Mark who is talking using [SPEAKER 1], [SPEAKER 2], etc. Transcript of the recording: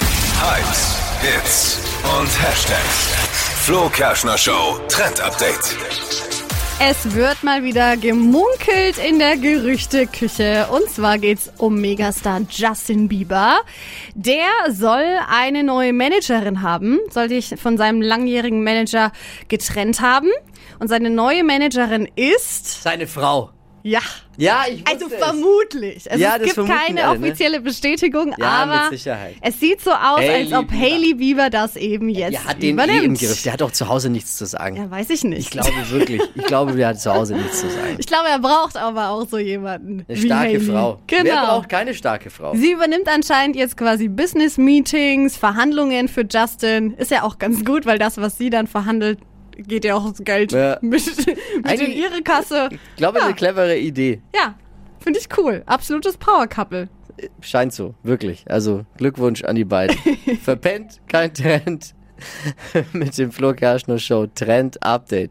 [SPEAKER 1] Hypes, Hits und Hashtags. Flo Kerschner Show Trend Update.
[SPEAKER 2] Es wird mal wieder gemunkelt in der Gerüchteküche. Und zwar geht's um Megastar Justin Bieber. Der soll eine neue Managerin haben, soll sich von seinem langjährigen Manager getrennt haben. Und seine neue Managerin ist,
[SPEAKER 3] Seine Frau.
[SPEAKER 2] ja,
[SPEAKER 3] Ja, ich wusste
[SPEAKER 2] also
[SPEAKER 3] es.
[SPEAKER 2] vermutlich. Also
[SPEAKER 3] Ja,
[SPEAKER 2] es
[SPEAKER 3] das
[SPEAKER 2] gibt
[SPEAKER 3] vermuten
[SPEAKER 2] keine
[SPEAKER 3] alle, ne?
[SPEAKER 2] offizielle Bestätigung,
[SPEAKER 3] Ja, mit
[SPEAKER 2] aber
[SPEAKER 3] Sicherheit.
[SPEAKER 2] es sieht so aus, als
[SPEAKER 3] Hailey
[SPEAKER 2] ob
[SPEAKER 3] Bieber.
[SPEAKER 2] Hailey Bieber das eben jetzt
[SPEAKER 3] Der hat den
[SPEAKER 2] übernimmt.
[SPEAKER 3] eh im Griff. Der hat auch zu Hause nichts zu sagen.
[SPEAKER 2] ja, weiß ich nicht.
[SPEAKER 3] Ich glaube wirklich. Ich glaube, der hat zu Hause nichts zu sagen.
[SPEAKER 2] Ich glaube, er braucht aber auch so jemanden.
[SPEAKER 3] Eine
[SPEAKER 2] wie
[SPEAKER 3] starke
[SPEAKER 2] Hailey.
[SPEAKER 3] Frau.
[SPEAKER 2] Genau.
[SPEAKER 3] Wer braucht keine starke Frau?
[SPEAKER 2] Sie übernimmt anscheinend jetzt quasi Business-Meetings, Verhandlungen für Justin. Ist ja auch ganz gut, weil das, was sie dann verhandelt, geht ja auch ins Geld
[SPEAKER 3] Ja.
[SPEAKER 2] mit, mit in
[SPEAKER 3] Eigentlich-
[SPEAKER 2] ihre Kasse.
[SPEAKER 3] Ich glaube,
[SPEAKER 2] ja,
[SPEAKER 3] eine clevere Idee.
[SPEAKER 2] ja. finde ich cool. Absolutes Power-Couple.
[SPEAKER 3] Scheint so, wirklich. Also Glückwunsch an die beiden. Verpennt, kein Trend. Mit dem Flo Kerschner Show Trend Update.